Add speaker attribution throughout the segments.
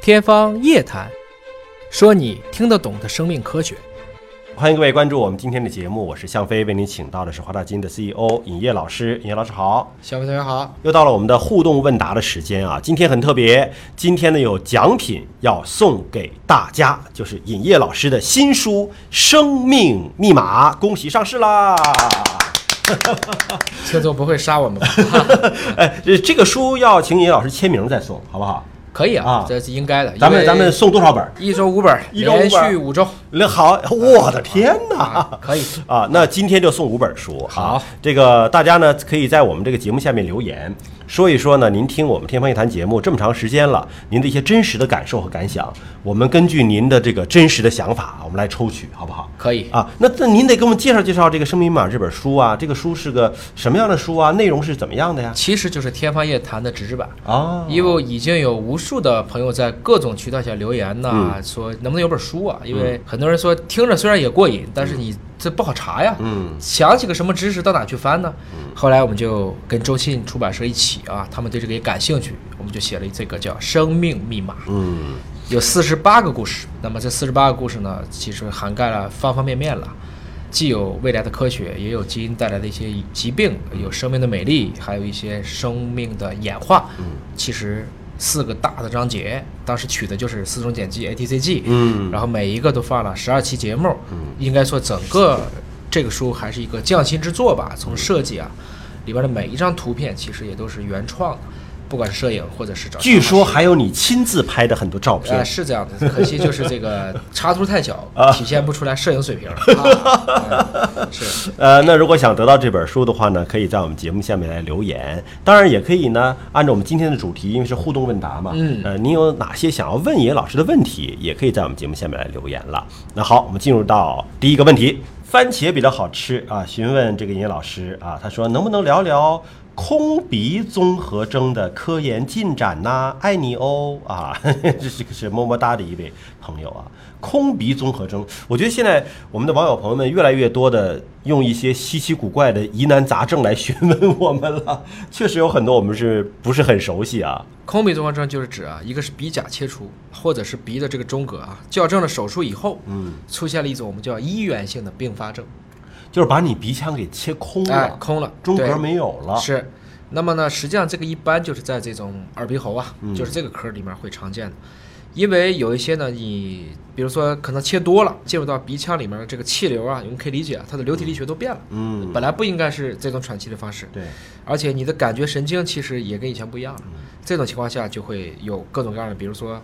Speaker 1: 天方夜谭，说你听得懂的生命科学。
Speaker 2: 欢迎各位关注我们今天的节目，我是向飞，为您请到的是华大基因的 CEO 尹烨老师。尹烨老师好，
Speaker 1: 小飞同学好，
Speaker 2: 又到了我们的互动问答的时间啊！今天很特别，今天呢有奖品要送给大家，就是尹烨老师的新书《生命密码》，恭喜上 市啦！
Speaker 1: 星座不会杀我们吧？
Speaker 2: 哎，这这个书要请尹烨老师签名再送，好不好？
Speaker 1: 可以啊
Speaker 2: 啊，
Speaker 1: 这是应该的。
Speaker 2: 咱
Speaker 1: 因为
Speaker 2: 们咱们送多少本儿？
Speaker 1: 一周五本儿，
Speaker 2: 一周五
Speaker 1: 连
Speaker 2: 本儿
Speaker 1: 续五周
Speaker 2: 那好，我的天哪！
Speaker 1: 啊，可以。
Speaker 2: 啊，那今天就送五本书。
Speaker 1: 好
Speaker 2: 啊，这个大家呢可以在我们这个节目下面留言，说一说呢您听我们《天方夜谭》节目这么长时间了，您的一些真实的感受和感想。我们根据您的这个真实的想法，我们来抽取，好不好？
Speaker 1: 可以
Speaker 2: 啊，那那您得给我们介绍介绍这个《生命密码》这本书啊，这个书是个什么样的书啊？内容是怎么样的呀？
Speaker 1: 其实就是《天方夜谭》的纸质版。
Speaker 2: 啊，
Speaker 1: 因为已经有无数的朋友在各种渠道下留言呐、说能不能有本书啊？因为很多人说听着虽然也过瘾，但是你这不好查呀。
Speaker 2: 嗯，
Speaker 1: 想起个什么知识到哪去翻呢？后来我们就跟周信出版社一起啊，他们对这个也感兴趣，我们就写了这个叫《生命密码》。
Speaker 2: 嗯，
Speaker 1: 有四十八个故事。那么这四十八个故事呢，其实涵盖了方方面面了，既有未来的科学，也有基因带来的一些疾病，有生命的美丽，还有一些生命的演化。嗯，其实四个大的章节，当时取的就是四种碱基 ATCG。
Speaker 2: 嗯，
Speaker 1: 然后每一个都放了十二期节目。应该说整个这个书还是一个匠心之作吧，从设计啊。里边的每一张图片其实也都是原创的，不管是摄影或者是找
Speaker 2: 据说还有你亲自拍的很多照
Speaker 1: 呃，
Speaker 2: 片。
Speaker 1: 是这样的，可惜就是这 个插图太小，
Speaker 2: 啊
Speaker 1: 体现不出来摄影水平。啊嗯是，
Speaker 2: 呃，那如果想得到这本书的话呢，可以在我们节目下面来留言，当然也可以呢，按照我们今天的主题，因为是互动问答嘛，
Speaker 1: 嗯
Speaker 2: 呃，您有哪些想要问野老师的问题，也可以在我们节目下面来留言了。那好，我们进入到第一个问题，番茄比较好吃啊，询问这个野老师啊，他说能不能聊聊？空鼻综合征的科研进展呐、爱你哦啊， 这是个是么么哒的一位朋友啊。空鼻综合征，我觉得现在我们的网友朋友们越来越多的用一些稀奇古怪的疑难杂症来询问我们了， 确实有很多我们是不是很熟悉啊？
Speaker 1: 空鼻综合征就是指啊，一个是鼻甲切除，或者是鼻的这个中隔啊矫正了手术以后，
Speaker 2: 嗯，
Speaker 1: 出现了一种我们叫医源性的并发症，
Speaker 2: 就是把你鼻腔给切空了，
Speaker 1: 哎，空了，
Speaker 2: 中
Speaker 1: 对
Speaker 2: 隔没有了，
Speaker 1: 是，那么呢，实际上这个一般就是在这种耳鼻喉啊，
Speaker 2: 嗯
Speaker 1: 就是这个科里面会常见的，因为有一些呢，你比如说可能切多了，进入到鼻腔里面的这个气流啊，我们可以理解啊它的流体力学都变了，
Speaker 2: 嗯，
Speaker 1: 本来不应该是这种喘气的方式，
Speaker 2: 对，嗯
Speaker 1: 而且你的感觉神经其实也跟以前不一样了，这种情况下就会有各种各样的，比如说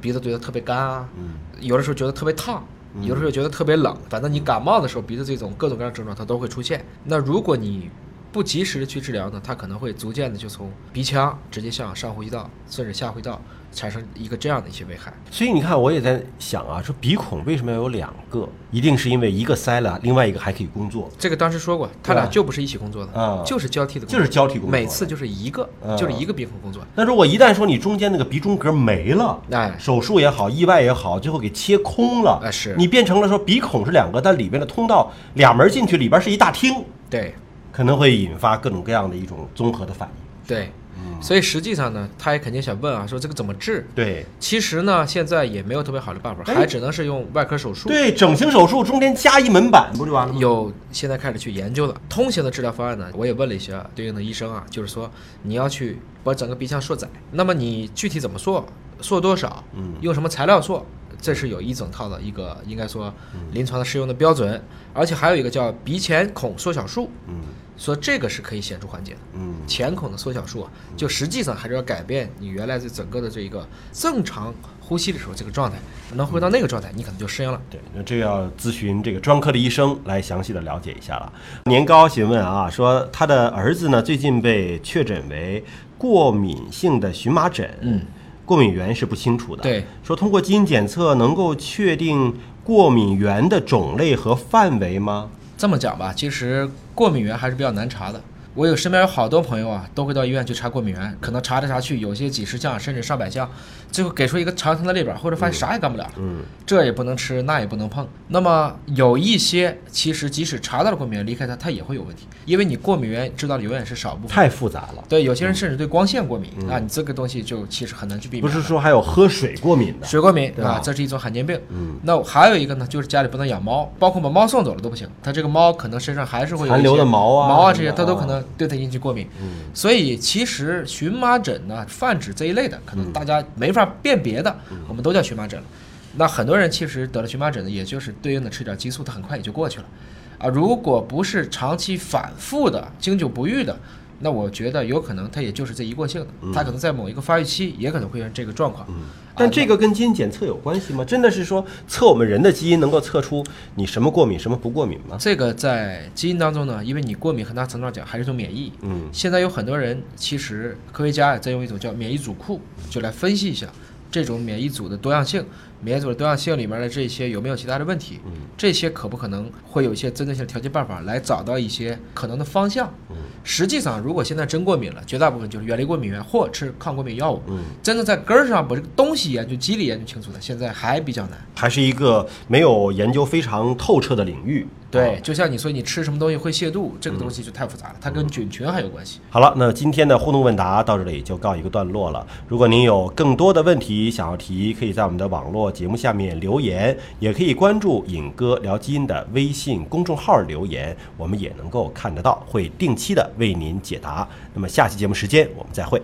Speaker 1: 鼻子觉得特别干啊，
Speaker 2: 嗯
Speaker 1: 有的时候觉得特别烫，有的时候觉得特别冷，反正你感冒的时候，鼻子这种各种各样的症状它都会出现。那如果你不及时的去治疗呢，它可能会逐渐的就从鼻腔直接向上呼吸道，甚至下呼吸道产生一个这样的一些危害。
Speaker 2: 所以你看，我也在想啊，说鼻孔为什么要有两个？一定是因为一个塞了，另外一个还可以工作。
Speaker 1: 这个当时说过，他俩就不是一起工作的，
Speaker 2: 啊
Speaker 1: 就是交替的工作，
Speaker 2: 嗯就是交替工作
Speaker 1: 每次就是一个，
Speaker 2: 啊
Speaker 1: 就是一个鼻孔工作。
Speaker 2: 那如果一旦说你中间那个鼻中隔没了，
Speaker 1: 哎
Speaker 2: 手术也好，意外也好，最后给切空了，
Speaker 1: 哎是
Speaker 2: 啊你变成了说鼻孔是两个，但里边的通道俩门进去，里边是一大厅，
Speaker 1: 对，
Speaker 2: 可能会引发各种各样的一种综合的反应。
Speaker 1: 对，嗯所以实际上呢，他也肯定想问啊，说这个怎么治？
Speaker 2: 对
Speaker 1: 其实呢，现在也没有特别好的办法，
Speaker 2: 哎
Speaker 1: 还只能是用外科手术。
Speaker 2: 对，整形手术中间加一门板不就完了吗？
Speaker 1: 有现在开始去研究了。通行的治疗方案呢，我也问了一下对应的医生啊，就是说你要去把整个鼻腔塑窄，那么你具体怎么塑，塑多少，
Speaker 2: 嗯
Speaker 1: 用什么材料塑，这是有一整套的一个应该说
Speaker 2: 嗯
Speaker 1: 临床的适用的标准，而且还有一个叫鼻前孔缩小术，
Speaker 2: 嗯
Speaker 1: 说这个是可以显著缓解的。
Speaker 2: 嗯，
Speaker 1: 前孔的缩小术啊，就实际上还是要改变你原来这整个的这一个正常呼吸的时候这个状态，能回到那个状态，你可能就适应了。
Speaker 2: 对，那这要咨询这个专科的医生来详细的了解一下了。年糕询问啊，说他的儿子呢最近被确诊为过敏性的荨麻疹，
Speaker 1: 嗯，
Speaker 2: 过敏源是不清楚的，
Speaker 1: 对，
Speaker 2: 说通过基因检测能够确定过敏源的种类和范围吗？
Speaker 1: 这么讲吧，其实过敏源还是比较难查的。我有身边有好多朋友啊，都会到医院去查过敏源，可能查来查去，有些几十项甚至上百项，最后给出一个长长的列表，或者发现啥也干不了了。
Speaker 2: 嗯
Speaker 1: 这也不能吃，那也不能碰。那么有一些其实即使查到了过敏源，离开它它也会有问题，因为你过敏源知道的永远是少部分。
Speaker 2: 太复杂了。
Speaker 1: 对，有些人甚至对光线过敏，啊，你这个东西就其实很难去避免。
Speaker 2: 嗯不是说还有喝水过敏的，
Speaker 1: 水过敏
Speaker 2: 对吧
Speaker 1: 啊，这是一种罕见病。
Speaker 2: 嗯，
Speaker 1: 那还有一个呢，就是家里不能养猫，包括把猫送走了都不行。它这个猫可能身上还是会有一些
Speaker 2: 残留的毛啊
Speaker 1: 毛啊这些，
Speaker 2: 什么
Speaker 1: 它
Speaker 2: 的
Speaker 1: 都
Speaker 2: 啊
Speaker 1: 可能对它引起过敏。
Speaker 2: 嗯
Speaker 1: 所以其实荨麻疹呢、泛指这一类的，可
Speaker 2: 嗯
Speaker 1: 能大家没法辨别的，我们都叫荨麻疹了。那很多人其实得了荨麻疹呢，也就是对应的吃点激素，它很快也就过去了。啊，如果不是长期反复的、经久不愈的，那我觉得有可能它也就是这一过性的，
Speaker 2: 嗯
Speaker 1: 它可能在某一个发育期也可能会有这个状况。
Speaker 2: 但这个跟基因检测有关系吗？真的是说测我们人的基因能够测出你什么过敏，什么不过敏吗？
Speaker 1: 这个在基因当中呢，因为你过敏很大程度上讲还是一种免疫。
Speaker 2: 嗯
Speaker 1: 现在有很多人其实科学家也在用一种叫免疫组库，就来分析一下这种免疫组的多样性，免疫组的多样性里面的这些有没有其他的问
Speaker 2: 嗯
Speaker 1: 题，这些可不可能会有一些针对性的调节办法来找到一些可能的方向。
Speaker 2: 嗯
Speaker 1: 实际上，如果现在真过敏了，绝大部分就是远离过敏源或吃抗过敏药物。
Speaker 2: 嗯，
Speaker 1: 真正在根儿上把这个东西研究、机理研究清楚的，现在还比较难。
Speaker 2: 还是一个没有研究非常透彻的领域。
Speaker 1: 对，就像你说你吃什么东西会泄肚，这个东西就太复杂了，它跟菌群还有关系。
Speaker 2: 好了，那今天的互动问答到这里就告一个段落了。如果您有更多的问题想要提，可以在我们的网络节目下面留言，也可以关注“尹哥聊基因”的微信公众号留言，我们也能够看得到，会定期的为您解答。那么下期节目时间我们再会。